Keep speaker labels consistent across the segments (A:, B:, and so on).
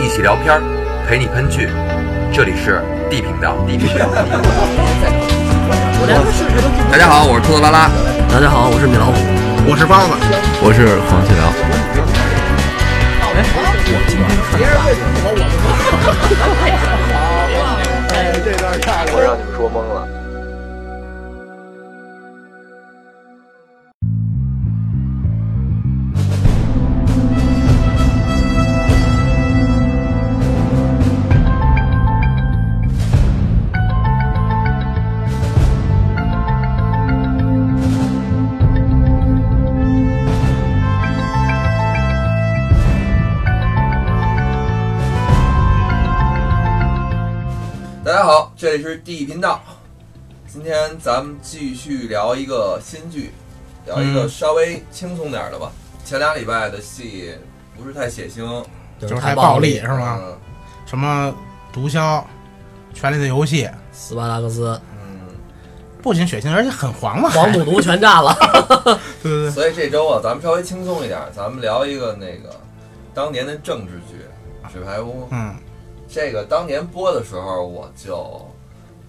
A: 一起聊片儿，陪你喷剧。这里是 D 频道，D 频道。大家好，我是兔子拉拉。
B: 大家好，我是米老虎。
C: 我是包子，
D: 我是黄继辽。
E: 我让你们说懵了。
A: 大家好，这里是 D 频道。今天咱们继续聊一个新剧，聊一个稍微轻松点儿的吧。前俩礼拜的戏不是太血腥，
C: 就是太暴力
B: 就是
C: 吗？
A: 嗯
C: 什么毒枭、权力的游戏，
B: 斯巴达克 斯，
A: 嗯，
C: 不仅血腥，而且很黄嘛，
B: 黄赌毒全占了。
C: 对对对，
A: 所以这周啊，咱们稍微轻松一点儿，咱们聊一个那个当年的政治剧《纸牌屋》。
C: 嗯，
A: 这个当年播的时候，我就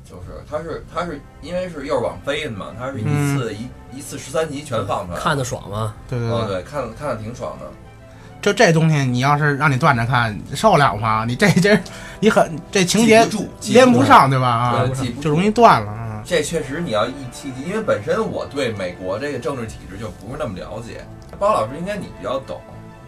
A: 就是它是它是因为是又是网飞的嘛，它是一次、一一次十三集全放出来，
B: 看得爽吗？
C: 对对
A: 哦
C: 对，
A: 对，看看的挺爽的。
C: 就这东西，你要是让你断着看，受了吗？你这这，你很这情节
A: 记不住，记
C: 连
A: 住
C: 不上，对吧？啊
A: 对，记不住
C: 就容易断了啊。
A: 这确实你要一提及，因为本身我对美国这个政治体制就不是那么了解。包老师应该你比较懂，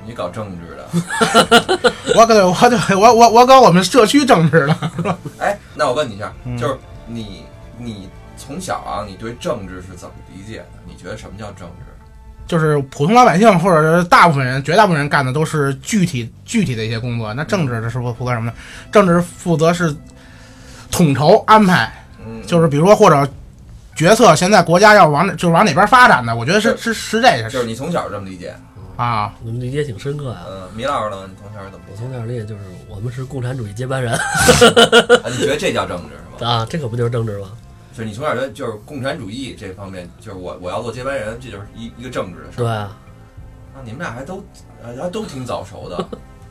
A: 你搞政治的。
C: 我搁我对我我我搁我们社区政治了，
A: 哎，那我问你一下，
C: 嗯
A: 就是你你从小啊，你对政治是怎么理解的？你觉得什么叫政治？
C: 就是普通老百姓或者是大部分人、绝大部分人干的都是具体具体的一些工作。那政治的是负负责什么呢？政治负责是统筹安排，
A: 嗯，
C: 就是比如说或者决策，现在国家要往哪就是往哪边发展的，我觉得是是是这
A: 就是
C: 个
A: 你从小这么理解。
C: 啊，
B: 你们理解挺深刻呀、
A: 嗯，米老师呢？你从小是怎么理
B: 我
A: 解
B: 从小理解就是我们是共产主义接班人
A: 的？啊，你觉得这叫政治是吗？
B: 啊，这可不就是政治吗？
A: 就是你从小觉得就是共产主义这方面，就是我我要做接班人，这就是一一个政治的事
B: 对
A: 儿。
B: 啊，
A: 啊，你们俩还都还都挺早熟的。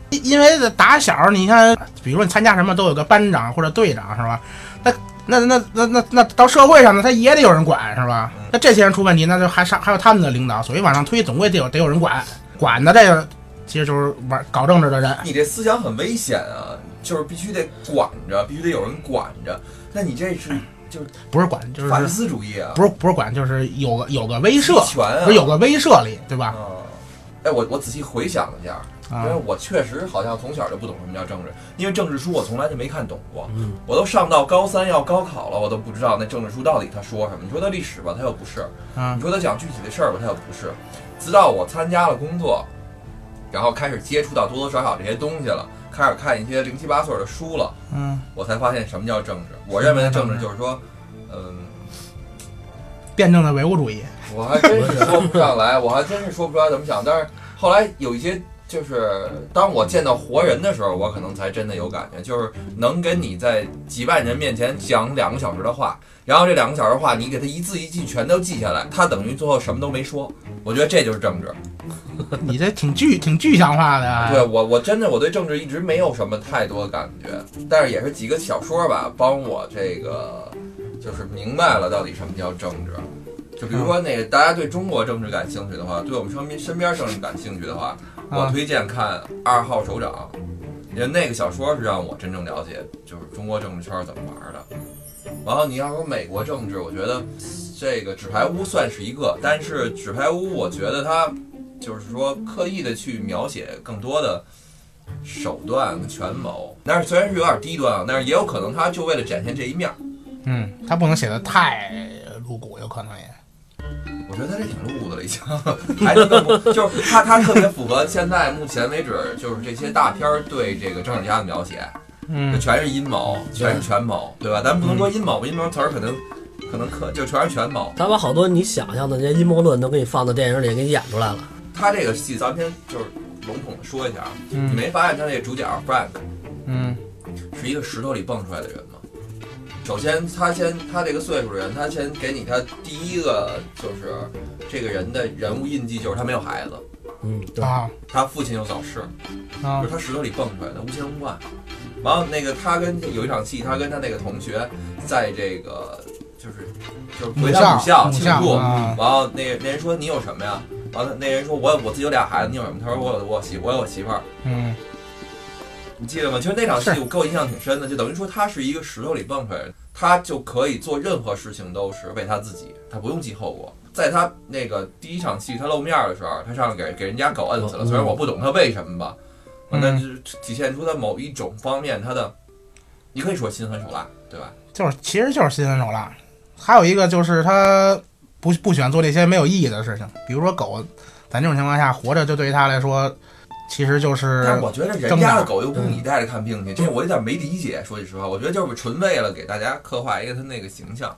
C: 因因为打小你看，比如说你参加什么都有个班长或者队长是吧？那那那那那那到社会上呢，他也得有人管是吧
A: 嗯？
C: 那这些人出问题，那就还上还有他们的领导，所以往上推，总归得有得有人管管的这个。其实就是玩搞政治的人，
A: 你这思想很危险啊，就是必须得管着，必须得有人管着。那你这是
C: 不是管就是
A: 法西斯主义啊，
C: 不是不是管就是有个有个威慑
A: 集，权啊，
C: 不是有个威慑力，对吧？
A: 啊。哎，我我仔细回想了一下，因
C: 啊
A: 为，我确实好像从小就不懂什么叫政治，因为政治书我从来就没看懂过，
B: 嗯，
A: 我都上到高三要高考了，我都不知道那政治书到底他说什么。你说他历史吧，他又不是；
C: 啊
A: 你，说他讲具体的事儿吧，他又不是。直到我参加了工作，然后开始接触到多多少少这些东西了，开始看一些零七八碎的书了，
C: 嗯，
A: 我才发现什么叫政治。我认为的政治就是说，嗯，
C: 辩证的唯物主义，
A: 我还真是说不上来，我还真是说不出来怎么想。但是后来有一些，就是当我见到活人的时候，我可能才真的有感觉，就是能跟你在几万人面前讲两个小时的话，然后这两个小时话你给他一字一句全都记下来，他等于最后什么都没说。我觉得这就是政治。
C: 你这挺具挺具象化的啊呀。
A: 对我，我真的我对政治一直没有什么太多感觉，但是也是几个小说吧，帮我这个就是明白了到底什么叫政治。就比如说那个大家对中国政治感兴趣的话，对我们身边身边政治感兴趣的话，我
C: 啊
A: 推荐看《二号首长》，因为那个小说是让我真正了解就是中国政治圈怎么玩的。然后你要说美国政治，我觉得这个《纸牌屋》算是一个，但是《纸牌屋》我觉得它就是说刻意的去描写更多的手段跟权谋，但是虽然是有点低端啊，但是也有可能他就为了展现这一面儿。
C: 嗯，他不能写的太露骨，有可能也。
A: 我觉得他这挺露骨的了，已经还能更不就是他他特别符合现在目前为止就是这些大片儿对这个政治家的描写，这
C: 嗯，
A: 全是阴谋，全是权谋，对吧？咱不能说阴谋吧，阴谋词儿可能可能可就全是权谋。
B: 他把好多你想象的那些阴谋论都给你放到电影里给你演出来了。
A: 他这个戏咱们先就是笼统的说一下啊，你
C: 嗯
A: 没发现他这个主角 Frank
C: 嗯
A: 是一个石头里蹦出来的人吗？首先，他先他这个岁数的人，他先给你他第一个就是这个人的人物印记就是他没有孩子，
B: 嗯，对，
C: 啊
A: 他父亲又早逝，
C: 啊
A: 就是他石头里蹦出来的，无牵无挂。然后那个他跟有一场戏，他跟他那个同学在这个就是就是回他
C: 校
A: 母校
C: 母
A: 庆
C: 校
A: 祝，
C: 啊
A: 然后那那人说你有什么呀？完了那人说我我自己有俩孩子，你有什么？他说我有我媳我有我媳妇儿。
C: 嗯，
A: 你记得吗？其实那场戏
C: 是
A: 我给我印象挺深的，就等于说他是一个石头里蹦出来的，他就可以做任何事情都是为他自己，他不用记后果。在他那个第一场戏他露面的时候，他上来给给人家狗摁死了，
B: 嗯
A: 虽然我不懂他为什么吧，
C: 嗯
A: 那就是体现出他某一种方面他的，你可以说心狠手辣，对吧？
C: 就是其实就是心狠手辣。还有一个就是他不不喜欢做那些没有意义的事情，比如说狗，在那种情况下活着就对于他来说，其实就是
A: 但是我觉得人
C: 挣
A: 家
C: 扎
A: 的狗又不是你带着看病去，这我有点没理解。说句实话，我觉得就是纯为了给大家刻画一个他那个形象，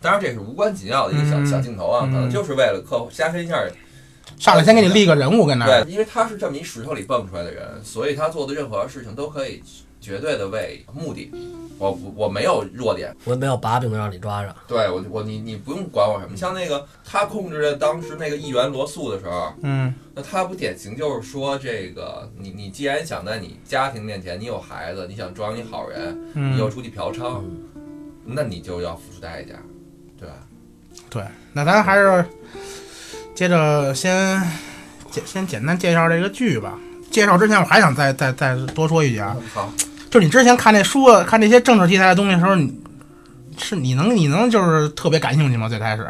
A: 当然这是无关紧要的一个小、
C: 嗯
A: 小镜头啊，可能
C: 嗯
A: 就是为了刻加深一下
C: 上来先给你立个人物跟那儿，
A: 对，因为他是这么一石头里蹦出来的人，所以他做的任何事情都可以绝对的为目的。我不我没有弱点，
B: 我也没有把柄能让你抓着。
A: 对我我你你不用管我什么。像那个他控制的当时那个议员罗素的时候，
C: 嗯
A: 那他不典型就是说这个你你既然想在你家庭面前，你有孩子，你想装一好人，你又
C: 嗯，
A: 出去嫖娼，
B: 嗯，
A: 那你就要付出代价，对吧？
C: 对。那咱还是接着先简先简单介绍这个剧吧。介绍之前，我还想再再再多说一句啊，
A: 好，
C: 就是你之前看那书、啊，看那些政治题材的东西的时候，你是你能你能就是特别感兴趣吗？最开始，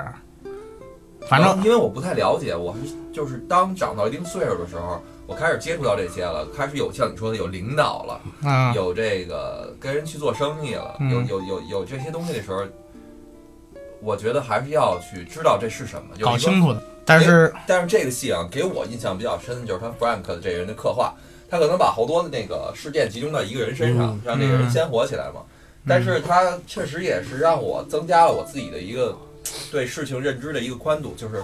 C: 反正
A: 然后呃因为我不太了解，我是就是当长到一定岁数的时候，我开始接触到这些了，开始有像你说的有领导了。
C: 啊，
A: 有这个跟人去做生意了，
C: 嗯
A: 有有有有这些东西的时候，我觉得还是要去知道这是什么，有一个
C: 搞清。楚的。但是
A: 但是这个戏啊，给我印象比较深的就是他 Frank 的这个人的刻画，他可能把好多的那个事件集中到一个人身上
B: 嗯，
A: 让这个人鲜活起来嘛。但是他确实也是让我增加了我自己的一个对事情认知的一个宽度，就是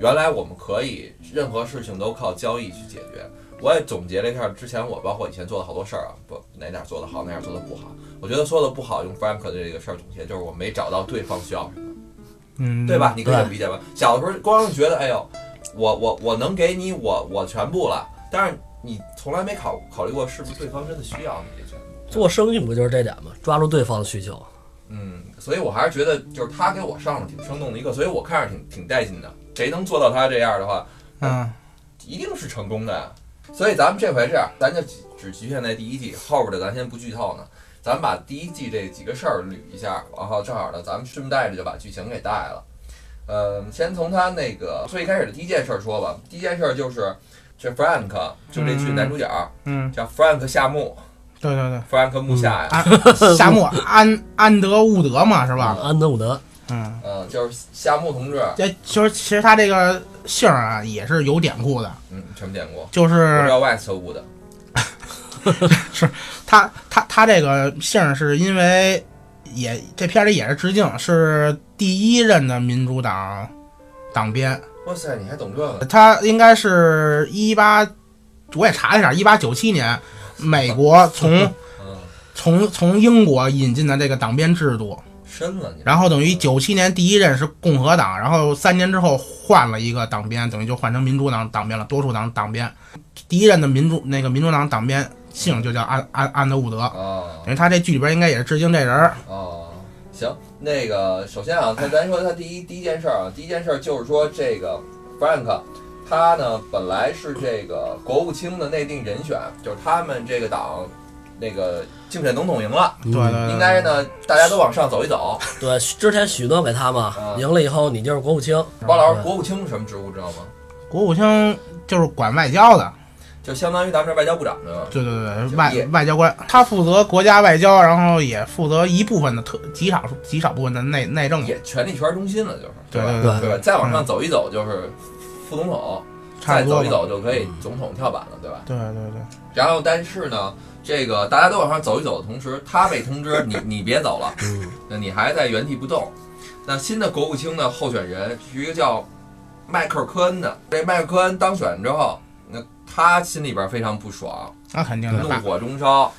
A: 原来我们可以任何事情都靠交易去解决。我也总结了一下之前我包括以前做的好多事儿啊，不哪点做的好，哪点做的不好。我觉得说的不好，用 Frank 的这个事儿总结就是我没找到对方需要什么，
C: 嗯，
A: 对吧？？你可以这么
B: 对
A: 理解吧。小的时候光是觉得，哎呦，我我我能给你我我全部了，但是你从来没考考虑过是不是对方真的需要你这全部。
B: 做生意不就是这点吗？抓住对方的需求。
A: 嗯，所以我还是觉得就是他给我上了挺生动的一课，所以我看着挺挺带劲的。谁能做到他这样的话，
C: 嗯，
A: 一定是成功的呀。所以咱们这回这样，咱就只只局限在第一季，后边的咱先不剧透呢。咱们把第一季这几个事儿捋一下，然后正好呢，咱们顺带着就把剧情给带了。嗯，先从他那个最开始的第一件事儿说吧。第一件事儿就是这 Frank，就这剧
C: 嗯
A: 男主角、
C: 嗯，
A: 叫 Frank 夏目
C: 对对 对。
A: ，Frank 木夏呀。
C: 夏目安安德伍德嘛，是吧？
B: 安德伍德，
C: 嗯，
A: 嗯，就是夏目同志，
C: 这就是其实他这个姓儿啊也是有典故的，
A: 嗯，什么典故？
C: 就
A: 不知
C: 是
A: 道 West 误的。
C: 他他他这个姓儿是因为也这片儿里也是致敬，是第一任的民主党党鞭，
A: 哇塞，你还懂这个？
C: 呃他应该是一八，我也查了一下，一八九七年美国从
A: 嗯，
C: 从从英国引进的这个党鞭制度，
A: 深了你。
C: 然后等于九七年第一任是共和党，然后三年之后换了一个党鞭，等于就换成民主党党鞭了，多数党党鞭。第一任的民主那个民主党党鞭姓就叫安安安德伍德，
A: 哦
C: 等于他这剧里边应该也是致敬这人儿。
A: 哦，行，那个首先啊，咱咱说他第一第一件事儿啊，第一件事儿就是说这个 Frank，他呢本来是这个国务卿的内定人选，就是他们这个党那个竞选总统赢了，
C: 对对对，
A: 嗯应该呢大家都往上走一走。
B: 嗯
C: 嗯
B: 对，之前许诺给他嘛，
A: 嗯
B: 赢了以后你就是国务卿。
A: 包老师，
B: 嗯
A: 国务卿是什么职务知道吗？
C: 国务卿就是管外交的，
A: 就相当于咱们这外交部长的。
C: 对对对，
A: 就
C: 外
A: 也
C: 外交官，他负责国家外交，然后也负责一部分的特极少数极少部分的内内政，
A: 也权力圈中心了，就是
C: 对
A: 吧？
C: 对
A: 对吧？再往上走一走就是副总统，
C: 差
A: 再
C: 不多嗯
A: 走一
C: 吧。
A: 走就可以总统跳板了，对吧？
C: 嗯对对对，
A: 然后，但是呢，这个大家都往上走一走的同时，他被通知你你别走了，
B: 嗯，
A: 那你还在原地不动。那新的国务卿的候选人是一个叫迈克尔·科恩的。这迈克尔·科恩当选之后，那他心里边非常不爽，
C: 那肯定
A: 怒
C: 的，
A: 火中烧。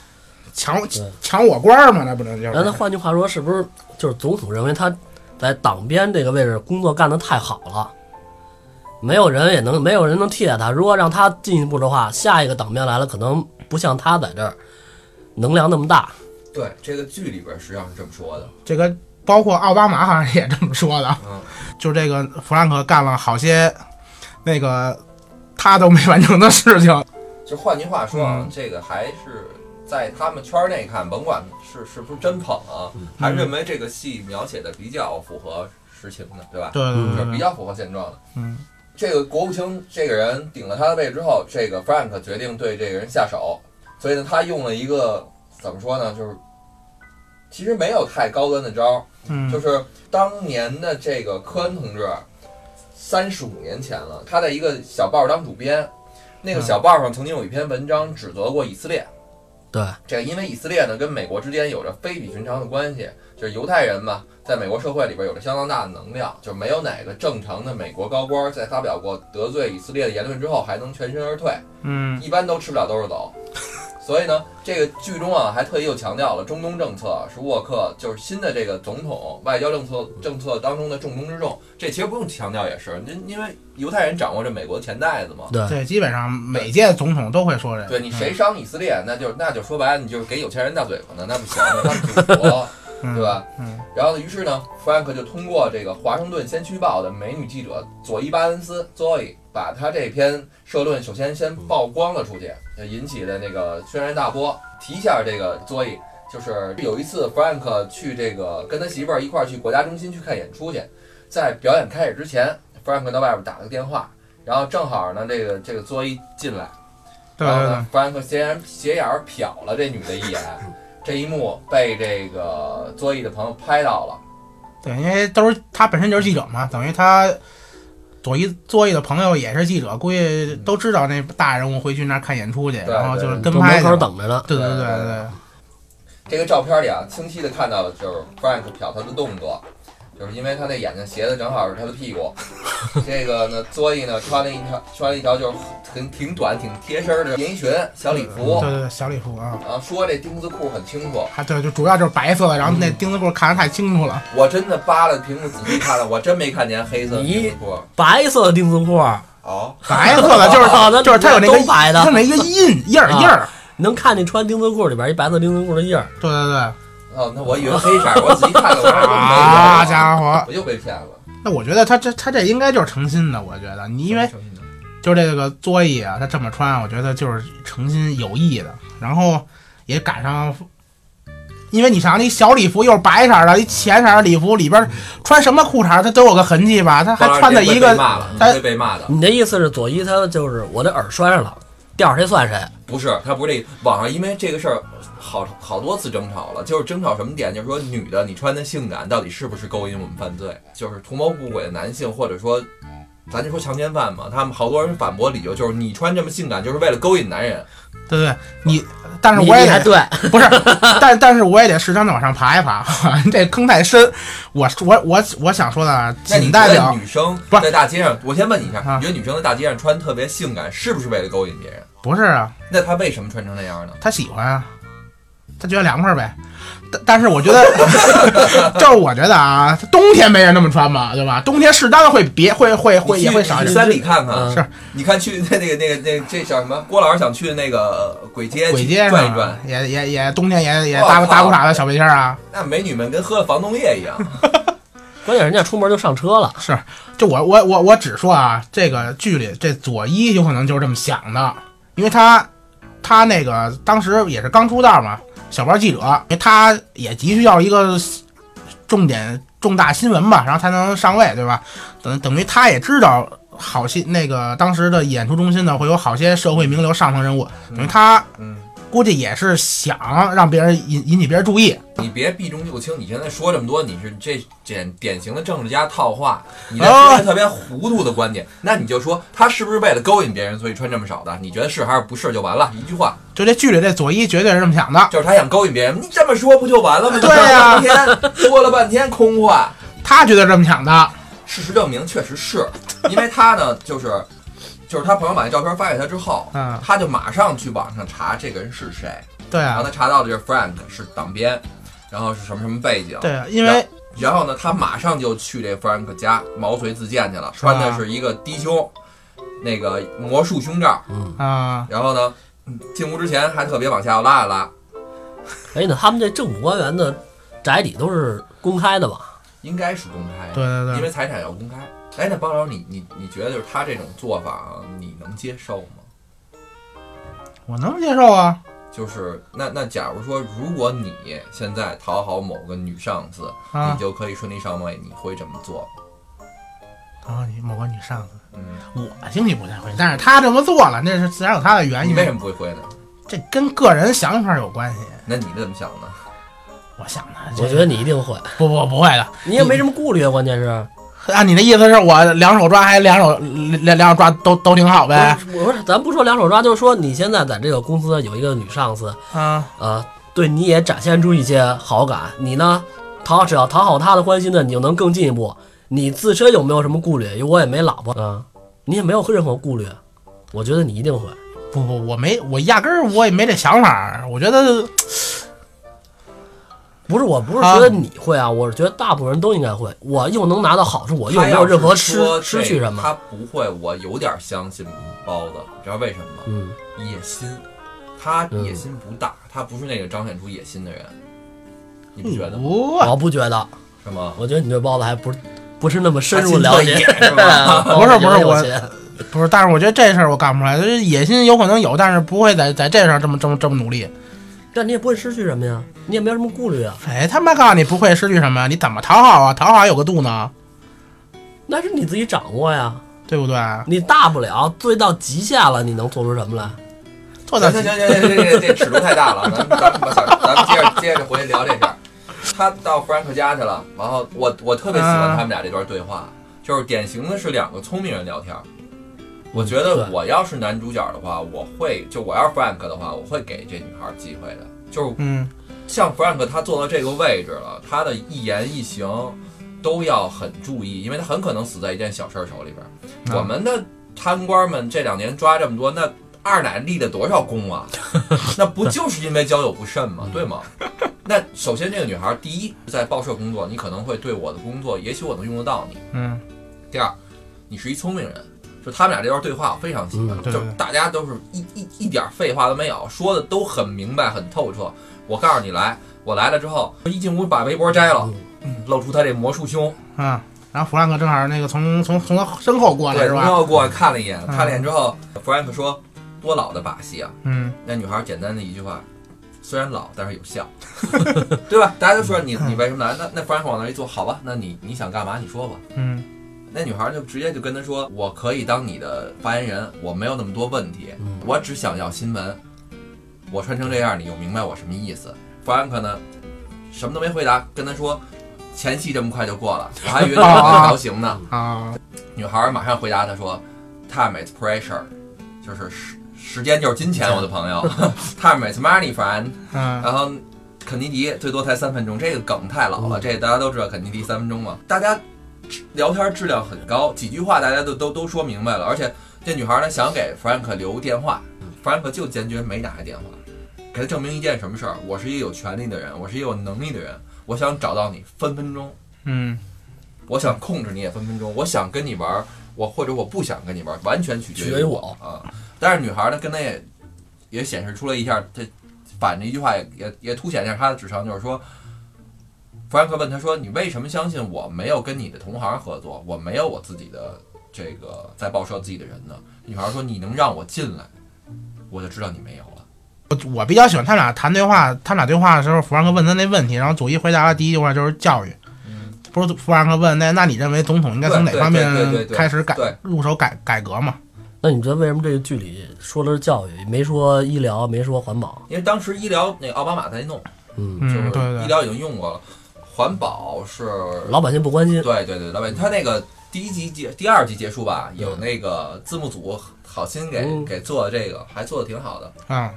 C: 抢我
B: 对
C: 抢我官儿嘛，那不能就是。
B: 然后
A: 嗯
B: 他换句话说，是不是就是总统认为他在党鞭这个位置工作干得太好了，没有人也能没有人能替代他。如果让他进一步的话，下一个党鞭来了，可能不像他在这儿能量那么大。
A: 对，这个剧里边实际上是这么说的。
C: 这个包括奥巴马好像也这么说的，
A: 嗯
C: 就这个弗兰克干了好些那个他都没完成的事情，
A: 就换句话说啊，
C: 嗯
A: 这个还是在他们圈内看，甭管是是不是真捧啊，还认为这个戏描写的比较符合实情的，对吧？
C: 对对
A: 就是
C: 对
A: 比
C: 对，
A: 较符合现状的。
C: 嗯，
A: 这个国务卿这个人顶了他的位之后，这个 Frank 决定对这个人下手，所以呢，他用了一个怎么说呢，就是其实没有太高端的招儿，
C: 嗯，
A: 就是当年的这个科恩同志，三十五年前了，他在一个小报当主编，那个小报上曾经有一篇文章指责过以色列。
B: 对，
A: 这个因为以色列呢跟美国之间有着非比寻常的关系，就是犹太人嘛，在美国社会里边有着相当大的能量，就没有哪个正常的美国高官在发表过得罪以色列的言论之后还能全身而退，
C: 嗯
A: 一般都吃不了兜着走。 所以呢，这个剧中啊还特意又强调了中东政策啊是沃克就是新的这个总统外交政策政策当中的重中之重。这其实不用强调也是，因因为犹太人掌握着美国钱袋子嘛。
B: 对，
C: 对，基本上每届总统都会说这个，
A: 嗯对你谁伤以色列，那就那就说白了，你就是给有钱人大嘴巴呢，那不行，那是祖国，
C: 嗯，
A: 对吧？
C: 嗯？
A: 然后呢，于是呢，弗兰克就通过这个《华盛顿先驱报》的美女记者佐伊·巴恩斯 （Zoe） 把他这篇社论首先先曝光了出去，呃引起的那个轩然大波。提一下这个 Zoe，就是有一次弗兰克去这个跟他媳妇儿一块儿去国家中心去看演出去，在表演开始之前，弗兰克到外边打了个电话，然后正好呢，这个这个 Zoe 进来。
C: 对
A: 然后
C: 对对
A: 呢，，弗兰克斜眼斜眼儿瞟了这女的一眼，这一幕被这个作艺的朋友拍到了。
C: 对，因为都是他本身就是记者嘛，等于他左一左一的朋友也是记者，估计都知道那大人物会去那儿看演出去，
A: 嗯对
C: 然后就是
B: 就
C: 跟拍
B: 门
C: 去
B: 口
C: 了。
B: 等着呢。
C: 对对
A: 对
C: 对
A: 对
C: 对，
A: 这个照片里啊，清晰的看到了就是 Frank 瞟他的动作，就是因为他那眼睛斜的正好是他的屁股。这个呢，作艺呢穿了一条穿了一条就是很挺短挺贴身的连衣裙小礼服，
C: 对对对，小礼服啊，
A: 然后说这钉子裤很清楚。
C: 还对，就主要就是白色的，然后那
A: 嗯
C: 钉子裤看得太清楚 了，
A: 我真的扒了屏幕仔细看了，我真没看见黑色的钉子裤。
B: 白色的丁字裤，
A: 哦，
C: 白色的就是
B: 啊那
C: 就是它有那个
B: 都白的
C: 它有那个印印儿
B: 啊
C: 印儿，
B: 能看见穿丁字裤里边一白色丁字裤的印儿。
C: 对对对，
A: 哦，那我以为黑色儿，我仔细看了，我说
C: 啊
A: 没有，
C: 家伙，
A: 我又被骗了。
C: 那我觉得他这他这应该就是诚心的，我觉得你因为就这个作揖啊，他这么穿，我觉得就是诚心有意的。然后也赶上，因为你想，你小礼服又是白色的，一浅色的礼服里边穿什么裤衩，他都有个痕迹吧？他还穿的一
A: 当然这会被
C: 个，
A: 骂了，
C: 他
A: 会被骂的。
B: 你的意思是左一他就是我的耳摔上了，掉谁算谁？
A: 不是，他不是这个网上因为这个事儿好好多次争吵了，就是争吵什么点，就是说女的你穿的性感到底是不是勾引我们犯罪，就是图谋不轨的男性，或者说。咱就说强奸犯嘛，他们好多人反驳理由就是你穿这么性感就是为了勾引男人，
C: 对对，你，但是
B: 你
C: 我也
B: 你还
C: 得
B: 对，
C: 不是， 但但是我也得适当的往上爬一爬， 这坑太深。我我我我想说的啊，
A: 那你
C: 仅
A: 觉
C: 代
A: 得
C: 表
A: 女生
C: 不是
A: 在大街上，我先问你一下，
C: 啊
A: 你觉得女生在大街上穿特别性感是不是为了勾引别人？
C: 不是啊，
A: 那她为什么穿成那样呢？
C: 他喜欢啊，他觉得凉快呗。但但是我觉得， 就是我觉得啊，冬天没人那么穿嘛，对吧？冬天适当的会别会会会
A: 你
C: 也
A: 去
C: 会少一
A: 你去
C: 点。
A: 三里看看，
B: 嗯
C: 是
A: 你看去那那个那个那个这叫什么？郭老师想去那个呃鬼街
C: 鬼
A: 去
C: 街
A: 转一
C: 上
A: 转，
C: 也也也冬天也也
A: 我
C: 大
A: 靠
C: 大裤衩的小背心儿啊。
A: 那美女们跟喝了防冻液一 样。
B: 关键人家出门就上车了。
C: 就我我我我只说啊，这个剧里这佐伊有可能就是这么想的，因为他他那个当时也是刚出道嘛，小报记者，因为他也急需要一个重点重大新闻吧，然后才能上位，对吧？等等于他也知道好些那个当时的演出中心呢会有好些社会名流上层人物，等于他
A: 嗯，
C: 估计也是想让别人引引起别人注意，
A: 你别避重就轻。你现在说这么多，你是这典典型的政治家套话，你在
C: 啊
A: 说一些特别糊涂的观点，那你就说他是不是为了勾引别人所以穿这么少的？你觉得是还是不是就完了？一句话，
C: 就这剧里这佐伊绝对是这么想的。
A: 就是他想勾引别人，你这么说不就完了吗？
C: 对啊呀
A: 你说了半天说了半天空话。
C: 他觉得这么想的，
A: 事实证明确实 是，因为他呢，就是就是他朋友把那照片发给他之后，
C: 嗯
A: 他就马上去网上查这个人是谁，
C: 对
A: 然后
C: 啊，
A: 他查到的就是 Frank 是党鞭，然后是什么什么背景，
C: 对啊，因为
A: 然后呢，他马上就去这弗兰克家毛遂自荐去了，
C: 是吧
A: 穿的是一个低胸，那个魔术胸罩。
B: 嗯
C: 啊，
A: 然后呢，嗯进屋之前还特别往下要拉一拉，
B: 哎，那他们这政府官员的宅邸都是公开的吧？
A: 应该是公开的，
C: 对对
A: 因
C: 对，
A: 为财产要公开。哎，那包老师，你你你觉得就是他这种做法啊，你能接受吗？
C: 我能接受啊，
A: 就是那那，假如说如果你现在讨好某个女上司，
C: 啊
A: 你就可以顺利上位，你会这么做吗？
C: 啊，你某个女上司，
A: 嗯，
C: 我心里不太会，但是他这么做了，那是自然有他的原
A: 你
C: 哎因
A: 为，什么不会呢？
C: 这跟个人想法有关系。
A: 那你怎么想呢？
C: 我想的，
B: 我觉得你一定会，
C: 不不不会的，
B: 你也没什么顾虑啊，关键 是。
C: 啊，你的意思是我两手抓还两手两两手抓都都挺好呗？
B: 我说，咱不说两手抓，就是说你现在在这个公司有一个女上司，
C: 啊，
B: 呃，对你也展现出一些好感，你呢，讨只要讨好她的欢心呢，你就能更进一步。你自身有没有什么顾虑？因为我也没老婆啊、你也没有任何顾虑，我觉得你一定会。
C: 不不，我没，我压根儿我也没这想法，我觉得
B: 不是，我不是
C: 啊
B: 觉得你会啊，我是觉得大部分人都应该会。我又能拿到好处，我又
A: 他
B: 没
A: 要
B: 有任何
A: 是
B: 失
A: 说
B: 失
A: 这
B: 去什么。
A: 他不会，我有点相信包子，你知道为什么吗？
B: 嗯，
A: 野心，他
B: 嗯
A: 野心不大，他不是那个彰显出野心的人，你不觉得吗？
C: 不，
B: 我不觉得，
A: 是吗？
B: 嗯我觉得你对包子还不是不是那么深入
A: 他
B: 了
A: 心
B: 解
A: 特。野是 吧？
B: 包
C: 不是不
B: 子也
C: 是
B: 没有
C: 我
B: 钱
C: 不是，但是我觉得这事儿我干不出来，就是野心有可能有，但是不会在在这上这么这么这么努力。
B: 但你也不会失去什么呀，你也没有什么顾虑啊。
C: 哎，他妈告诉你不会失去什么呀？你怎么讨好啊？讨好还有个度呢，
B: 那是你自己掌握呀，
C: 对不对？
B: 你大不了醉到极限了，你能做出什么来？
C: 做到
A: 行行行行行，这这尺度太大了，咱们咱们把小咱们接着接着回去聊这事儿。他到弗兰克家去了，然后我我特别喜欢他们俩这段对话，就是典型的是两个聪明人聊天儿。我觉得
B: 对
A: 我要是男主角的话，我会就我要是弗兰克的话，我会给这女孩儿机会的。就是
C: 嗯，
A: 像弗兰克他坐到这个位置了，他的一言一行都要很注意，因为他很可能死在一件小事儿手里边儿。
C: 嗯
A: 我们的贪官们这两年抓这么多，那二奶立了多少功啊？那不就是因为交友不慎吗？对吗？那首先这个女孩，第一在报社工作，你可能会对我的工作，也许我能用得到你；
C: 嗯
A: 第二，你是一聪明人。就他们俩这段对话，我非常喜欢，
B: 嗯
C: 对
A: 就
C: 对
A: 大家都是一一一点废话都没有，说的都很明白、很透彻。我告诉你来，我来了之后，一进屋把围脖摘了，嗯露出他这魔术胸，
C: 嗯。然后弗兰克正好那个从从从他身后过来
A: 对，
C: 是
A: 然
C: 吧？
A: 后过来看了一眼，
C: 嗯
A: 看了一眼之后，弗兰克说：“多老的把戏啊
C: 嗯！”
A: 那女孩简单的一句话，虽然老，但是有 效，对吧？大家都说你
C: 嗯
A: 你为什么来？那那弗兰克往那儿一坐，好吧，那你你想干嘛？你说吧。
C: 嗯
A: 那女孩就直接就跟他说：“我可以当你的发言人，我没有那么多问题，
B: 嗯
A: 我只想要新闻。我穿成这样，你就明白我什么意思。”弗兰克呢，什么都没回答，跟他说：“前戏这么快就过了，我还以为你要调情呢。”
C: 啊，
A: 女孩马上回答他说：“Time is pressure，就是时时间就是金钱，我的朋友。Time is money, friend。”
C: 嗯
A: 然后肯尼迪最多才三分钟，这个梗太老了，这大家都知道肯尼迪三分钟嘛。大家聊天质量很高，几句话大家都都都说明白了。而且这女孩呢想给弗兰克留电话，弗兰克就坚决没打开电话，给他证明一件什么事儿：我是一个有权利的人，我是一个有能力的人，我想找到你分分钟。
C: 嗯，
A: 我想控制你也分分钟，我想跟你玩儿，我或者我不想跟你玩儿，完全取
B: 取
A: 决
B: 决
A: 于
B: 于
A: 我啊。但是女孩呢，跟他也也显示出了一下，这反着一句话也也也凸显一下她的智商，就是说，弗兰克问他说：“你为什么相信我没有跟你的同行合作，我没有我自己的这个在报社自己的人呢？”女孩说：“你能让我进来，我就知道你没有了。
C: 我我比较喜欢他们俩谈对话，他们俩对话的时候，弗兰克问他那问题，然后佐伊回答的第一句话就是教育。
A: 嗯
C: 不是弗兰克问那那你认为总统应该从哪
A: 对对
C: 方
A: 对对对
C: 面
A: 对
C: 开始改
A: 对
C: 入手改改革嘛？
B: 那你觉得为什么这个剧里说的是教育，没说医疗，没说环保？”
A: 因为当时医疗那个奥巴马在弄，
B: 嗯，
A: 就
C: 嗯，
A: 是
C: 对
A: 医
C: 对对，
A: 疗已经用过了，环保是
B: 老百姓不关心。
A: 对对对，老板，他那个第一集结第二集结束吧，有那个字幕组好心给、
B: 嗯
A: 给做的这个，还做的挺好的。
C: 嗯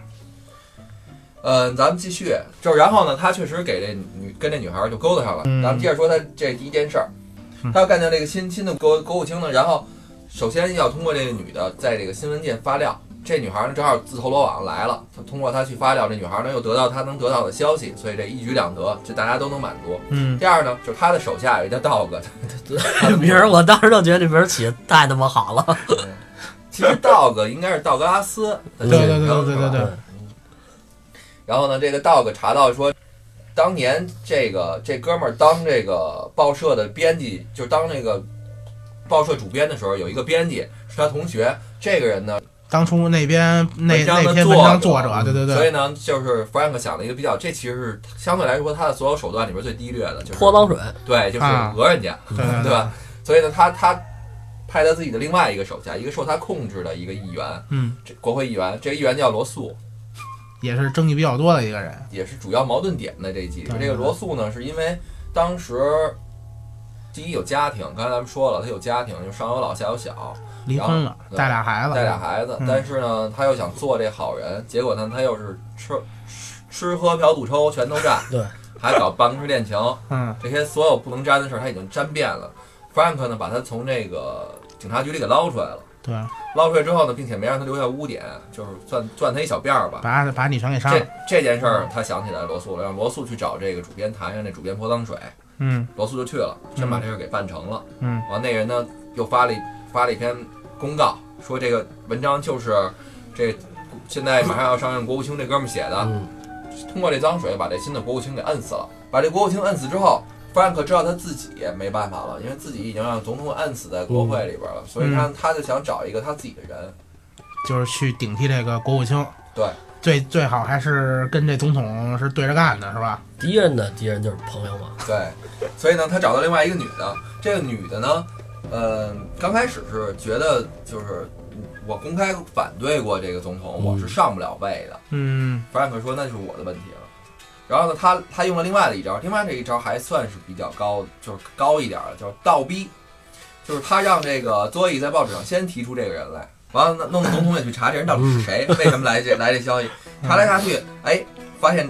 A: 呃，咱们继续，就是然后呢，他确实给这女跟这女孩就勾搭上了。
C: 嗯
A: 咱们接着说他这第一件事儿
C: 嗯，
A: 他要干掉这个新新的国国务卿呢，然后首先要通过这个女的在这个新闻界发料，这女孩呢正好自投罗网来了，她通过她去发酵，这女孩呢又得到她能得到的消息，所以这一举两得，就大家都能满足。
C: 嗯，
A: 第二呢，就是她的手下有一个 dog，
B: 这 名儿我当时就觉得这名儿起的太他妈好了。
A: 其实 dog 应该是道格拉斯的
B: 对
A: 简
C: 对对
A: 称
C: 对
A: 是吧
C: 对对
B: 嗯
A: 然后呢，这个 dog 查到说，当年这个这哥们儿当这个报社的编辑，就当那个报社主编的时候，有一个编辑是他同学。这个人呢，
C: 当初那边那
A: 文章的
C: 那篇文章
A: 作者
C: 作者，对对
A: 所以
C: 对，
A: 呢，就是 Frank 想了一个比较，这其实是相对来说他的所有手段里边最低劣的，就是
B: 泼脏水，
A: 对，就是
C: 啊
A: 讹人家，
C: 对对
A: 嗯对吧？所以呢，他他派他自己的另外一个手下，一个受他控制的一个议员，
C: 嗯，
A: 这国会议员，这个议员叫罗素，
C: 也是争议比较多的一个人。
A: 也是主要矛盾点在这一集里。
C: 对
A: 这个罗素呢，是因为当时第一有家庭，刚才咱们说了，他有家庭，就上有老下有小，
C: 离婚了，
A: 嗯对
C: 带俩孩子，
A: 带俩孩子，
C: 嗯
A: 但是呢，他又想做这好人，结果呢，他又是吃吃吃喝嫖赌抽全都占，
B: 对，
A: 还搞办公室恋情，
C: 嗯，
A: 这些所有不能沾的事儿他已经沾遍了。Frank 呢，把他从这个警察局里给捞出来了，
C: 对，
A: 捞出来之后呢，并且没让他留下污点，就是攥攥他一小辫儿吧，
C: 把把你全给杀
A: 这
C: 了，
A: 这件事儿，他想起来罗素了，让罗素去找这个主编谈，让这主编泼脏水，
C: 嗯
A: 罗素就去了，真把这事儿给办成了。
C: 嗯，
A: 完，那人呢又发了一发了一篇公告，说这个文章就是这现在马上要上任国务卿这哥们儿写的，
B: 嗯，
A: 通过这脏水把这新的国务卿给摁死了。把这国务卿摁死之后，弗兰克知道他自己也没办法了，因为自己已经让总统摁死在国会里边了，所以他他就想找一个他自己的人，
C: 就是去顶替这个国务卿，
A: 对，
C: 最最好还是跟这总统是对着干的，是吧？
B: 敌人的敌人就是朋友嘛。
A: 对，所以呢，他找到另外一个女的，这个女的呢，呃，刚开始是觉得就是我公开反对过这个总统，
B: 嗯
A: 我是上不了位的。
C: 嗯，
A: 弗兰克说那就是我的问题了。然后呢，他他用了另外的一招，另外这一招还算是比较高，就是高一点的，叫倒逼，就是他让这个佐伊在报纸上先提出这个人来，完了呢弄得总统也去查这人到底是谁，为什么来这来这消息，查来查去，哎，发现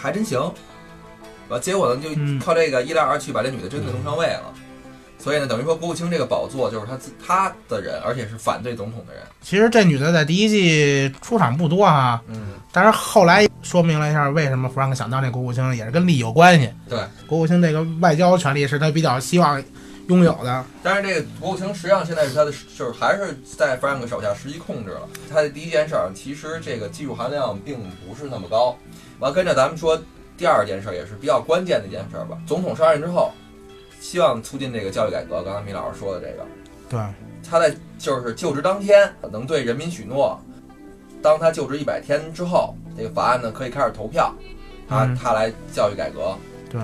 A: 还真行，完结果呢就
C: 嗯
A: 靠这个一来二去把这女的真给弄上位了，所以呢等于说国务卿这个宝座就是他自他的人，而且是反对总统的人，
C: 其实这女的在第一季出场不多哈，
A: 嗯，
C: 但是后来说明了一下为什么弗兰克想当这国务卿，也是跟利益有关系。
A: 对，
C: 国务卿这个外交权利是他比较希望拥有的，
A: 但是这个国务卿实际上现在是他的，就是还是在 Frank 手下实际控制了。他的第一件事儿，其实这个技术含量并不是那么高。完，跟着咱们说第二件事儿，也是比较关键的一件事儿吧。总统上任之后，希望促进这个教育改革。刚才米老师说的这个，
C: 对，
A: 他在就是就职当天能对人民许诺，当他就职一百天之后，这个法案呢可以开始投票，他
C: 嗯
A: 他来教育改革。
C: 对，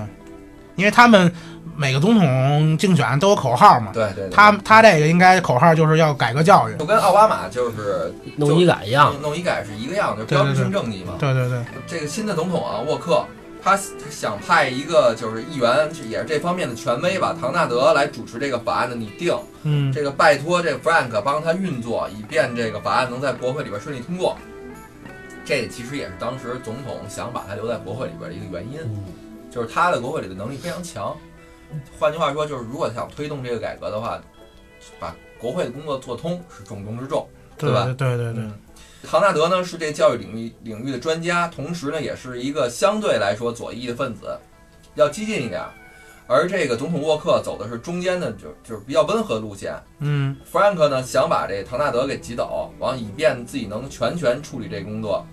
C: 因为他们每个总统竞选都有口号嘛，
A: 对对对，
C: 他他这个应该口号就是要改革教育。
A: 就跟奥巴马就是
B: 弄医改一样，
A: 弄弄医改是一个样，就是
C: 对
A: 标
C: 对
A: 志性
C: 对
A: 政绩嘛。
C: 对对对，
A: 这个新的总统啊，沃克，他想派一个就是议员，也是这方面的权威吧，唐纳德来主持这个法案的拟定。
C: 嗯，
A: 这个拜托这 Frank 帮他运作，以便这个法案能在国会里边顺利通过。这其实也是当时总统想把他留在国会里边的一个原因，
B: 嗯，
A: 就是他在国会里的能力非常强。换句话说，就是如果想推动这个改革的话，把国会的工作做通是重中之重。
C: 对
A: 对吧
C: 对对对对，
A: 嗯，唐纳德呢是这教育领域领域的专家，同时呢也是一个相对来说左翼的分子，要激进一点儿。而这个总统沃克走的是中间的，就就是比较温和路线。
C: 嗯，
A: 弗兰克呢想把这唐纳德给挤倒，完以便自己能全权处理这工作。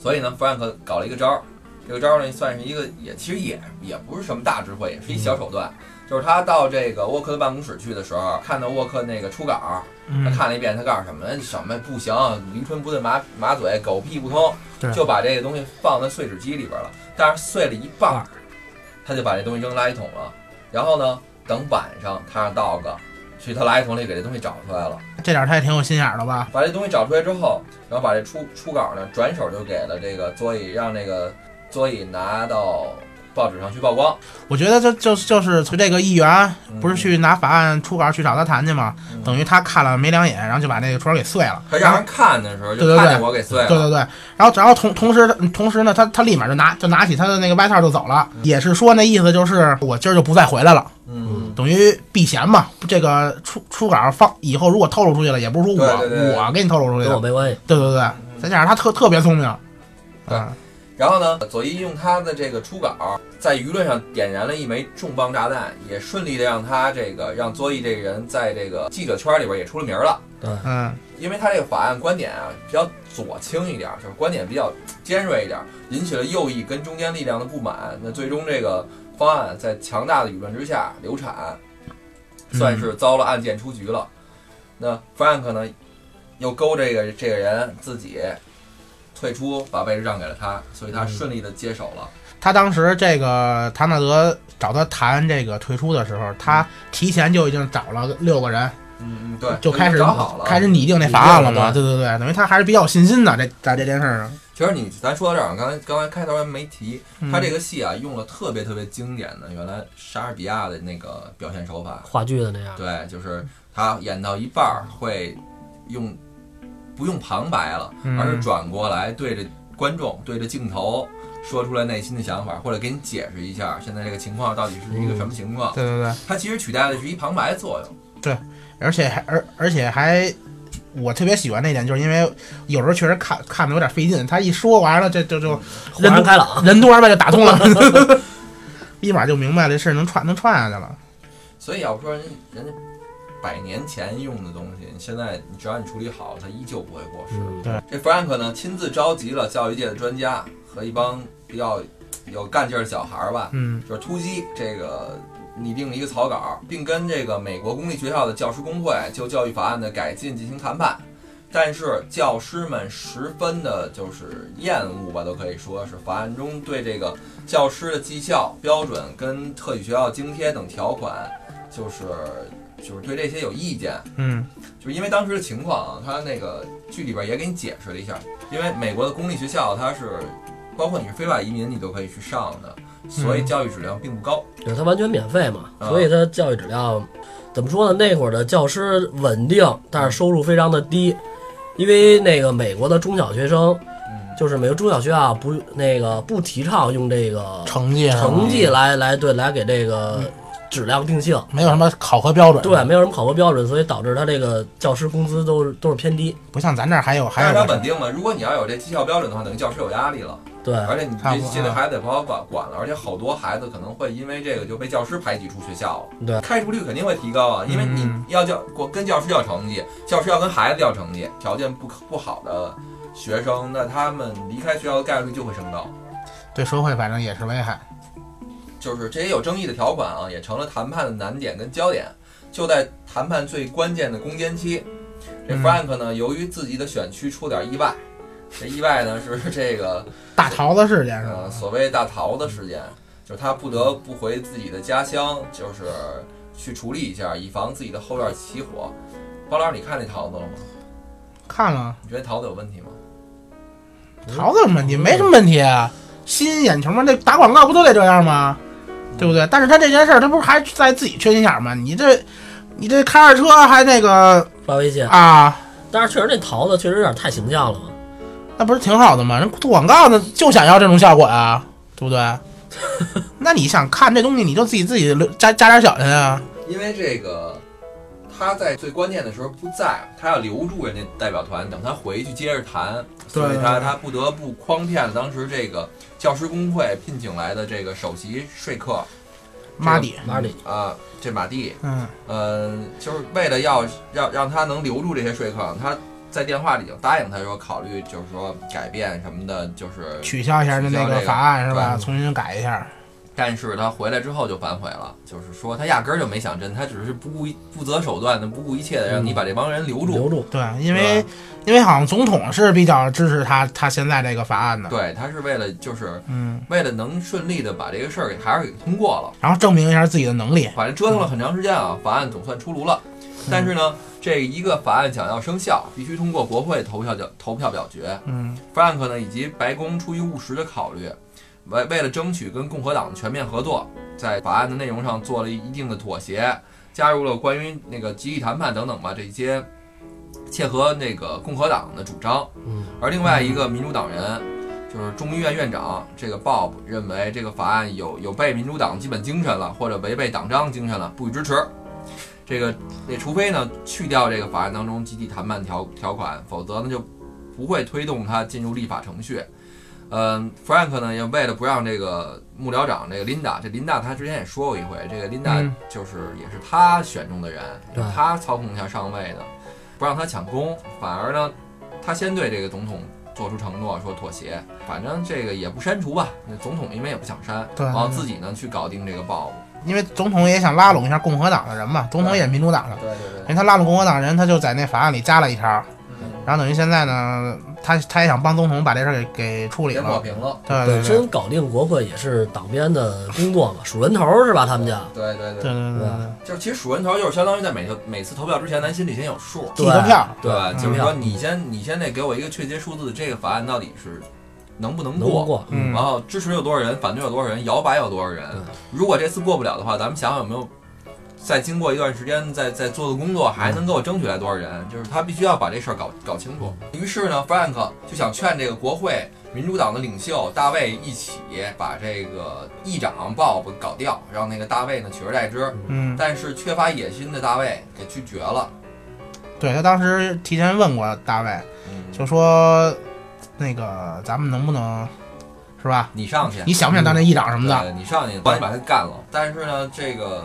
A: 所以呢，弗兰克搞了一个招儿，这个招儿呢算是一个也其实也也不是什么大智慧，也是一小手段。就是他到这个沃克的办公室去的时候，看到沃克那个初稿儿，他
C: 嗯，
A: 看了一遍，他告诉什么什么不行，驴唇不对马马嘴，狗屁不通
C: 对，
A: 就把这个东西放在碎纸机里边了。但是碎了一半儿，他就把这东西扔垃圾桶了。然后呢，等晚上他让 dog 去他垃圾桶里给这东西找出来了，
C: 这点儿他也挺有心眼儿的吧？
A: 把这东西找出来之后，然后把这初初稿呢转手就给了这个佐伊，让这个佐伊拿到报纸上去曝光。
C: 我觉得这就就是从这个议员
A: 嗯
C: 不是去拿法案初稿去找他谈去吗？
A: 嗯
C: 等于他看了没两眼，然后就把那个戳给碎了。
A: 他让人看的时候，
C: 对
A: 就
C: 对
A: 看
C: 对
A: 见我给碎了。
C: 对对对，然后然后同同时同时呢，他他立马就拿就拿起他的那个外套就走了，也是说那意思就是我今儿就不再回来了。
A: 嗯，
C: 等于避嫌嘛。这个初初稿放以后，如果透露出去了，也不是说我
A: 对对对
C: 我给你透露出去
B: 跟我
C: 的，
B: 没关系。
C: 对对对。再加上他特特别聪明，
A: 对
C: 啊，
A: 然后呢，左一用他的这个初稿，在舆论上点燃了一枚重磅炸弹，也顺利的让他这个让左翼这个人在这个记者圈里边也出了名儿了。
C: 嗯，
A: 因为他这个法案观点啊比较左倾一点儿，就是观点比较尖锐一点儿，引起了右翼跟中间力量的不满。那最终这个方案在强大的舆论之下流产，
C: 嗯
A: 算是遭了案件出局了。那 Frank 呢，又勾这个这个人自己退出，把位置让给了他，所以他
B: 嗯
A: 顺利的接手了。
C: 他当时这个唐纳德找他谈这个退出的时候，他提前就已经找了六个人，
A: 嗯嗯，对，
C: 就开始
A: 找好了。
C: 开始拟定这法案了嘛。
B: 拟
C: 对
B: 定
C: 对对，等于他还是比较有信心的，这在这件事儿上。
A: 其实你咱说到这儿，刚才刚才开头还没提，
C: 嗯
A: 他这个戏啊用了特别特别经典的原来莎士比亚的那个表现手法，
B: 话剧的那样，
A: 对，就是他演到一半儿会用不用旁白了，
C: 嗯
A: 而是转过来对着观众、对着镜头说出来内心的想法，或者给你解释一下现在这个情况到底是一个什么情况。
C: 对对对，
A: 它其实取代的是一旁白作用。
C: 而且还而而且还。我特别喜欢那一点，就是因为有时候确实看看的有点费劲。他一说完了，这 就就
B: 任
C: 人
B: 督开朗。
C: 任督二脉就打通了， 立马就明白这事儿能串能串下去了。
A: 所以要不说人人家百年前用的东西，现在你只要你处理好，它依旧不会过时。
B: 嗯，
A: 这
C: 对
A: Frank 呢，亲自召集了教育界的专家和一帮比较有干劲儿的小孩儿吧，
C: 嗯
A: 就是突击这个拟定了一个草稿，并跟这个美国公立学校的教师工会就教育法案的改进进行谈判。但是教师们十分的就是厌恶吧，都可以说是法案中对这个教师的绩效标准跟特许学校津贴等条款，就是就是对这些有意见。
C: 嗯
A: 就是因为当时的情况啊，他那个剧里边也给你解释了一下，因为美国的公立学校它是，包括你是非法移民，你都可以去上的，
C: 嗯
A: 所以教育质量并不高。
B: 就是它完全免费嘛，
A: 啊
B: 所以它教育质量怎么说呢？那会儿的教师稳定，但是收入非常的低，因为那个美国的中小学生，
A: 嗯，
B: 就是美国中小学啊，不那个不提倡用这个
C: 成绩啊
B: 成绩来来对来给这个质量定性，
A: 嗯
C: 没有什么考核标准，
B: 对，，没有什么考核标准，所以导致他这个教师工资都是都是偏低，
C: 不像咱这儿还有还
A: 但
C: 有
A: 是它
C: 个
A: 稳定嘛，如果你要有这绩效标准的话，等于教师有压力了，
B: 对，
A: 而且你
C: 哎差不
A: 这
C: 多
A: 现在还得不好管管了，而且好多孩子可能会因为这个就被教师排挤出学校了。
B: 对
A: 开除率肯定会提高啊，因为你
C: 嗯
A: 要教我跟教师要成绩，教师要跟孩子要成绩，条件不可不好的学生，那他们离开学校的概率就会升高。
C: 对社会反正也是危害。
A: 就是这些有争议的条款啊，也成了谈判的难点跟焦点。就在谈判最关键的攻坚期，这
C: 嗯
A: Frank 呢，由于自己的选区出点意外，这意外呢是 这个
C: 大桃子事件是啊
A: 呃
C: 吧？
A: 所谓大逃的事件，就是他不得不回自己的家乡，就是去处理一下，以防自己的后院起火。包老师，你看那桃子了吗？
C: 看了
A: 你觉得桃子有问题吗？
C: 桃子有什么问题？没什么问题啊，吸引眼球嘛，那打广告不都得这样吗？对不对？但是他这件事儿，他不是还在自己缺心眼儿吗？你这，你这开着车还那个
B: 发微信。
C: 啊，
B: 但是确实那桃子确实有点太形象了嘛，
C: 那不是挺好的吗？人做广告呢，就想要这种效果啊，对不对？ 那你想看这东西，你就自己自己留加加点小心啊。
A: 因为这个他在最关键的时候不在，他要留住人家代表团，等他回去接着谈，
C: 对
A: 所以他他不得不诓骗了当时这个教师工会聘请来的这个首席说客
C: 妈的，
B: 哪里？
A: 啊、这马蒂，
C: 嗯，
A: 嗯，就是为了要让让他能留住这些说客，他在电话里已经答应他说考虑就是说改变什么的，就是
C: 取消一下那那
A: 取消这个
C: 个法案是吧？
B: 对
C: 重新改一下。
A: 但是他回来之后就反悔了，就是说他压根儿就没想真，他只是不顾一不择手段的、不顾一切的让你把这帮人留住。
B: 留住，
C: 对，因
A: 对
C: 为
A: 吧
C: 因为好像总统是比较支持他他现在这个法案的。
A: 对，他是为了就是
C: 嗯，
A: 为了能顺利的把这个事儿给还是给通过了。
C: 然后证明一下自己的能力。
A: 反正折腾了很长时间啊，法案总算出炉了。但是呢，这一个法案想要生效，必须通过国会投票表投票表决。
C: 嗯，
A: Frank 呢以及白宫出于务实的考虑，为为了争取跟共和党的全面合作，在法案的内容上做了一定的妥协，加入了关于那个集体谈判等等吧这些切合那个共和党的主张。
B: 嗯，
A: 而另外一个民主党人，就就是众议院院长这个 Bob 认为这个法案有有悖民主党基本精神了，或者违背党章精神了，不予支持。这个那除非呢去掉这个法案当中集体谈判条条款，否则呢就不会推动它进入立法程序。嗯，Frank 呢也为了不让这个幕僚长这个 Linda，这 Linda 她之前也说过一回，这个 Linda
C: 嗯
A: 就是也是他选中的人，
B: 对
A: 他操控下上位的，不让他抢功，反而呢他先对这个总统做出承诺，说妥协，反正这个也不删除吧，那总统因为也不想删，
C: 对
A: 然后自己呢去搞定这个 Bob。
C: 因为总统也想拉拢一下共和党的人嘛，总统也是民主党的，
A: 对对
C: 因为他拉拢共和党人，他就在那法案里加了一条，
A: 嗯
C: 然后等于现在呢，他他也想帮总统把这事儿给给处理
A: 也抹
C: 了，
A: 平了。
C: 对
B: 本
C: 对对
B: 身搞定国会也是党鞭的工作嘛，数人头儿是吧？他们家
A: 对对对，
C: 对对对对对，
A: 就是其实数人头就是相当于在每个每次投票之前，咱心里先有数。
C: 计个票，
A: 对吧，
C: 嗯
A: 就是说你先你先得给我一个确切数字，这个法案到底是能不能
B: 能
A: 过？
B: 过，
C: 嗯
A: 然后支持有多少人，反对有多少人，摇摆有多少人
B: 对。
A: 如果这次过不了的话，咱们想想有没有再经过一段时间再再做做工作，还能给我争取来多少人？就是他必须要把这事儿搞搞清楚。于是呢，Frank 就想劝这个国会民主党的领袖大卫一起把这个议长 Bob 搞掉，让那个大卫呢取而代之。
C: 嗯，
A: 但是缺乏野心的大卫给拒绝了。
C: 对他当时提前问过大卫，
A: 嗯，
C: 就说那个咱们能不能是吧？
A: 你上去，
C: 你想不想当那议长什么的？
A: 对，你上去帮你把他干了。但是呢，这个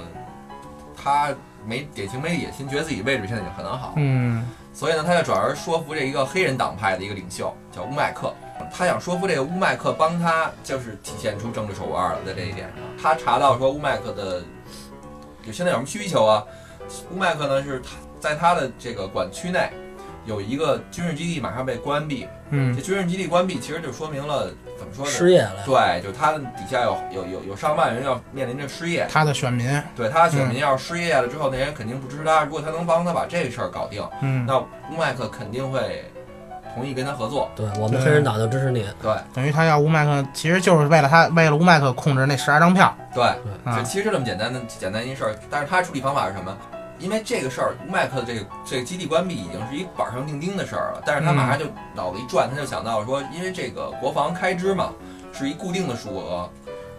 A: 他没典型没野心，觉得自己位置现在已经很好，
C: 嗯，
A: 所以呢，他就转而说服这一个黑人党派的一个领袖叫乌麦克。他想说服这个乌麦克帮他，就是体现出政治手腕了，在这一点上，他查到说乌麦克的有现在有什么需求啊？乌麦克呢是他在他的这个管区内有一个军事基地马上被关闭，
C: 嗯
A: 这军事基地关闭其实就说明了怎么说呢？
B: 失业了，
A: 对，就他的底下有有有有上万人要面临着失业，
C: 他的选民，
A: 对他选
C: 嗯
A: 民要是失业了之后，那人肯定不支持他。如果他能帮他把这事儿搞定，
C: 嗯，
A: 那乌麦克肯定会同意跟他合作。
B: 对我们
C: 对
B: 黑人党就支持你，
A: 对
C: 等于他要乌麦克，其实就是为了他，为了乌麦克控制那十二张票
A: 对，
C: 啊
A: 就。其实就这么简单的简单一事儿，但是他处理方法是什么？因为这个事儿，乌麦克这个这个基地关闭已经是一板上钉钉的事儿了，但是他
C: 嗯
A: 马上就脑子一转，他就想到说，因为这个国防开支嘛是一固定的数额，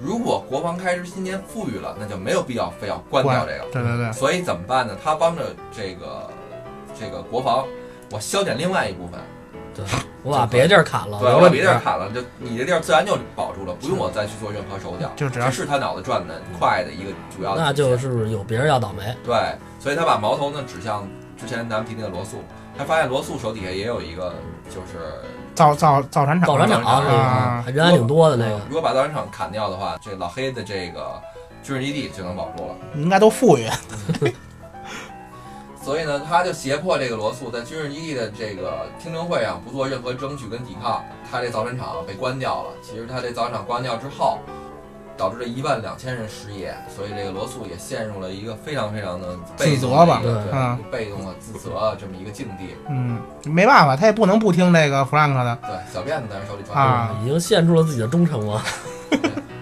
A: 如果国防开支今年富裕了，那就没有必要非要关掉这个。
C: 对对对，
A: 所以怎么办呢？他帮着这个这个国防，我削减另外一部分，
B: 我把别地儿砍了，
A: 对，
B: 留
A: 我把
B: 着你
A: 别地
B: 这
A: 儿
B: 儿
A: 砍了，就你这地儿自然就保住了，不用我再去做任何手脚。
C: 就只要
A: 这是他脑子转的快的一个主要的体现，
B: 嗯那就是有别人要倒霉，
A: 对，所以他把矛头呢指向之前咱们提那个罗素，他发现罗素手底下也有一个就是
C: 造造造船厂，
B: 造船厂是吧
C: 啊？
B: 还人还挺多的那个，
A: 如果把造船厂砍掉的话，这老黑的这个军事基地就能保住了。
C: 应该都富裕，
A: 所以呢，他就胁迫这个罗素在军事基地的这个听证会上不做任何争取跟抵抗，他这造船厂被关掉了。其实他这造船厂关掉之后，导致了一万两千人失业，所以这个罗素也陷入了一个非常非常的被动的
C: 自责吧
A: 一个
B: 对
A: 对
C: 嗯
A: 被动的自责这么一个境地。
C: 嗯，没办法，他也不能不听这个弗兰克的，
A: 对，小辫子在人手里抓
C: 啊
A: 住。
B: 嗯已经献出了自己的忠诚了，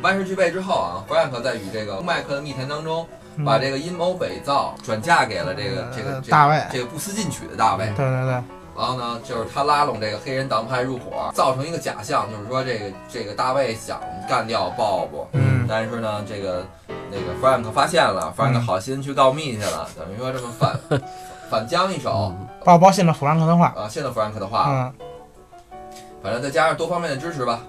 A: 万事俱备之后啊，弗兰克在与这个麦克的密谈当中，
C: 嗯
A: 把这个阴谋伪造转嫁给了这个这个
C: 呃
A: 这个
C: 大卫，
A: 这个不思进取的大卫。
C: 对对对，
A: 然后呢，就是他拉拢这个黑人党派入伙，造成一个假象，就是说这个这个大卫想干掉鲍勃，
C: 嗯
A: 但是呢，这个那个 Frank 发现了，Frank
C: 嗯
A: 好心去告密去了，等于说这么反反将一手
C: 鲍包信了弗兰克的话，
A: 啊，信了 Frank 的话，
C: 嗯
A: 反正再加上多方面的支持吧，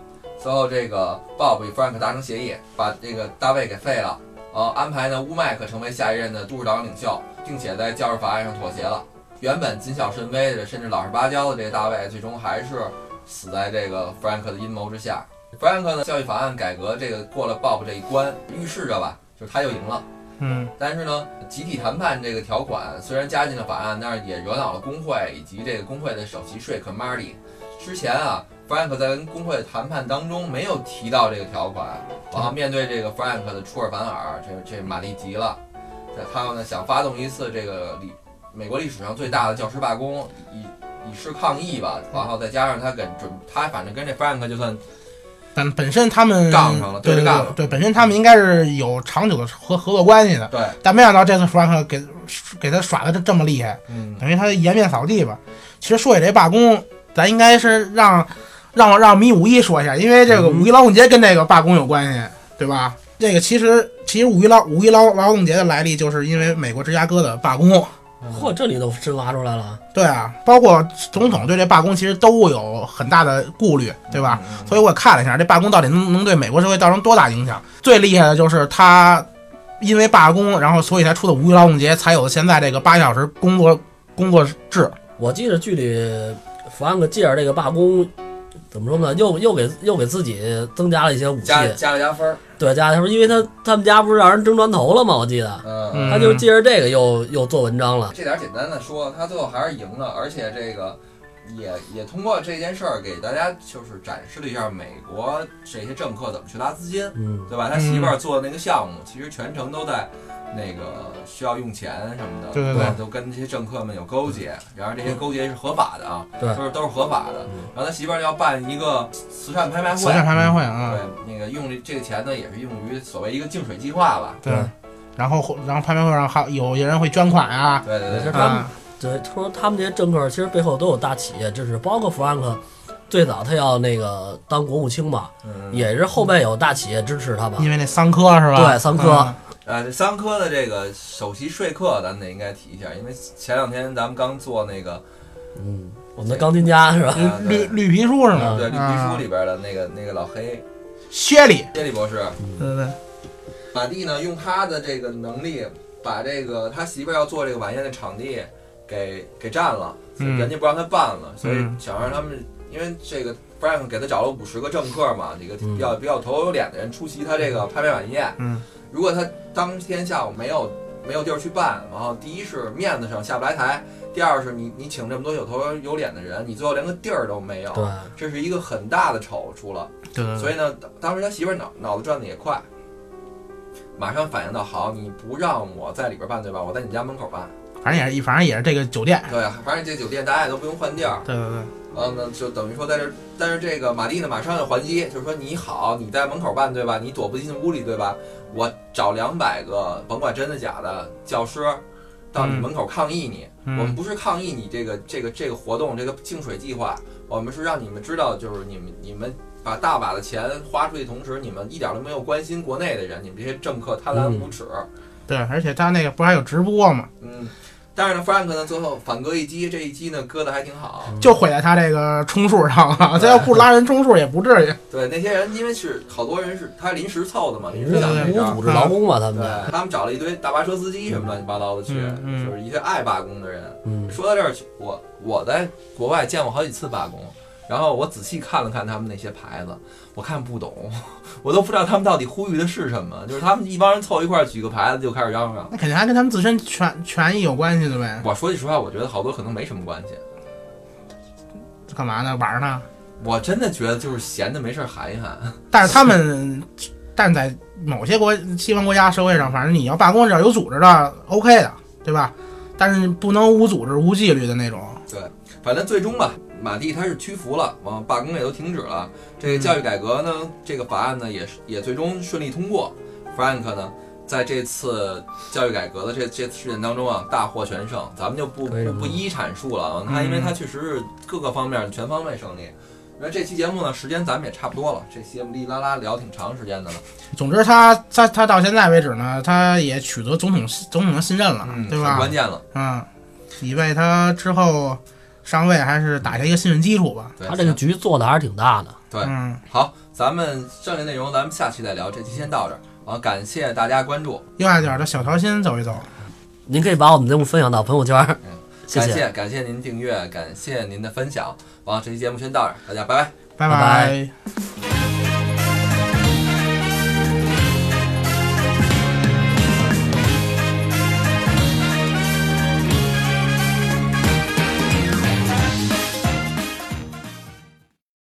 A: 最后这个 Bob 与 Frank 达成协议，把这个大卫给废了，呃，安排呢乌麦克成为下一任的都市党领袖，并且在教育法案上妥协了。原本谨小慎微的，甚至老实巴交的这个大卫，最终还是死在这个 Frank 的阴谋之下。Frank 呢，教育法案改革这个过了 Bob 这一关，预示着吧，就是他又赢了。
C: 嗯，
A: 但是呢，集体谈判这个条款虽然加进了法案，但是也惹恼了工会以及这个工会的首席说客 Marty。之前啊，Frank 在跟工会的谈判当中没有提到这个条款，然后面对这个 Frank 的出尔反尔，这这马丽急了，在他们呢想发动一次这个历美国历史上最大的教师罢工，以以示抗议吧。然后再加上他跟准他反正跟这 Frank 就算
C: 本本身他们
A: 杠上了对
C: 对
A: 着
C: 对
A: 杠
C: 对
A: 了
C: 对，本身他们应该是有长久的合合作关系的，
A: 对，
C: 但没想到这次弗兰克给给他耍的这这么厉害，
A: 嗯，
C: 等于他颜面扫地吧。其实说起这罢工，咱应该是让让我让米五一说一下，因为这个五一劳动节跟这个罢工有关系，对吧？这个其实其实五一劳五一劳劳动节的来历，就是因为美国芝加哥的罢工。
B: 嚯，这你都真挖出来了，
C: 对啊，包括总统对这罢工其实都有很大的顾虑，对吧？
A: 嗯
C: 所以我看了一下，这罢工到底能能对美国社会造成多大影响？最厉害的就是他因为罢工，然后所以才出的无一劳动节，才有现在这个八小时工作工作制。
B: 我记得剧里弗兰克借着这个罢工，怎么说呢？又又给又给自己增加了一些武器，
A: 加加了加分儿，
B: 对，加他说，因为他他们家不是让人蒸砖头了吗？我记得，
A: 嗯
C: 嗯
B: 他就借着这个又又做文章了。
A: 这点儿简单的说，他最后还是赢了，而且这个也也通过这件事儿给大家就是展示了一下美国这些政客怎么去拉资金，
B: 嗯，
A: 对吧？他媳妇儿做的那个项
C: 嗯
A: 目，其实全程都在那个需要用钱什么的，
C: 对对对
A: 吧都跟这些政客们有勾结，然而这些勾结是合法的啊，
B: 对
A: 都是都是合法的。
B: 嗯
A: 然后他媳妇儿要办一个慈善拍卖
C: 慈
A: 会，嗯
C: 善拍卖会啊，
A: 对，那个用这这个钱呢，也是用于所谓一个净水计划吧。
C: 对。然后然后拍卖会上还有些人会捐款啊，
A: 对对
B: 是
A: 对，
B: 他们
C: 啊，
B: 对，他说他们这些政客其实背后都有大企业支持，包括弗兰克，最早他要那个当国务卿嘛，
A: 嗯，
B: 也是后背有大企业支持他吧。
C: 因为那桑科是吧？
B: 对桑科
C: 啊
A: 呃，这桑科的这个首席说客，咱们得应该提一下，因为前两天咱们刚做那个
B: 嗯，我们的钢琴家是吧？
A: 啊
C: 绿
A: 对嗯
C: 绿皮书是吗？
A: 对绿皮
C: 嗯啊
A: 书里边的那个那个老黑
C: 薛里，
A: 杰里博士，
C: 对对，
A: 马蒂呢用他的这个能力，把这个他媳妇儿要做这个晚宴的场地给给占了，
C: 嗯
A: 人家不让他办了，所以
C: 嗯
A: 想让他们，因为这个 Frank 给他找了五十个政客嘛，这个
B: 嗯
A: 比较比较头有脸的人出席他这个拍卖晚宴，
C: 嗯，
A: 如果他当天下午没有没有地儿去办，然后第一是面子上下不来台，第二是你你请这么多有头有脸的人，你最后连个地儿都没有，
B: 对，
A: 这是一个很大的丑出了。
C: 对对对，
A: 所以呢，当时他媳妇儿脑脑子转的也快，马上反应到，好，你不让我在里边办对吧？我在你家门口办。
C: 反正也是一，反正也是这个酒店，
A: 对，反正这酒店大家也都不用换地儿。
C: 对对对，
A: 然后呢，嗯就等于说在这儿，但是这个马蒂呢马上就还击，就是说你好，你在门口办对吧？你躲不进屋里对吧？我找两百个甭管真的假的教师到你
C: 嗯
A: 门口抗议你。我们
C: 嗯，
A: 不是抗议你这个这个这个活动这个净水计划，我们是让你们知道，就是你们你们把大把的钱花出去，同时你们一点都没有关心国内的人，你们这些政客贪婪
C: 嗯
A: 无耻。
C: 对，而且他那个不是还有直播嘛，
A: 嗯，但是呢，Frank 呢最后反戈一击，这一击呢割的还挺好。
C: 就毁在他这个充数上了，他要不拉人充数也不至于，
A: 对那些人，因为是好多人是他临时凑的嘛，临
B: 你
C: 嗯
A: 时
B: 是
A: 想这事
B: 无
A: 儿。
B: 组织啊劳工嘛，他们家。
A: 对他们找了一堆大巴车司机什么乱七八糟的去，
C: 嗯嗯
A: 就是一些爱罢工的人。
B: 嗯，
A: 说到这儿，我我在国外见过好几次罢工，然后我仔细看了看他们那些牌子，我看不懂， 我都不知道他们到底呼吁的是什么。就是他们一帮人凑一块儿举个牌子就开始嚷嚷。
C: 那肯定还跟他们自身权权益有关系的呗，
A: 我说句实话，我觉得好多可能没什么关系。
C: 这干嘛呢？玩呢？
A: 我真的觉得就是闲的没事儿喊一喊。
C: 但是他们，但在某些国西方国家社会上，反正你要罢工，只要有组织的，OK 的，对吧？但是不能无组织、无纪律的那种。
A: 反正最终吧，马蒂他是屈服了，完罢工也都停止了。这个教
B: 嗯
A: 育改革呢，这个法案呢也是也最终顺利通过。Frank 呢，在这次教育改革的这这次事件当中啊，大获全胜。咱们就不
B: 可以
A: 不不一一阐述了啊，他因为
B: 嗯
A: 他确实是各个方面全方位胜利。那这期节目呢，时间咱们也差不多了，这期节目哩啦啦聊挺长时间的了，
C: 总之他，他他到现在为止呢，他也取得总统总统的信任了，
A: 嗯，
C: 对
A: 很
C: 吧
A: 关？键了，
C: 嗯，以为他之后上位还是打下一个信任基础吧。
A: 对，
B: 他这个局做的还是挺大的。
A: 对
C: 嗯，
A: 好，咱们剩下内容咱们下期再聊，这期先到这儿。啊，感谢大家关注，
C: 右下角的小桃心走一走。
B: 您可以把我们节目分享到朋友圈儿
A: 嗯，
B: 谢
A: 感
B: 谢。
A: 谢感谢您订阅，感谢您的分享。完，这期节目先到这儿，大家拜拜。
C: 拜
B: 拜
C: 拜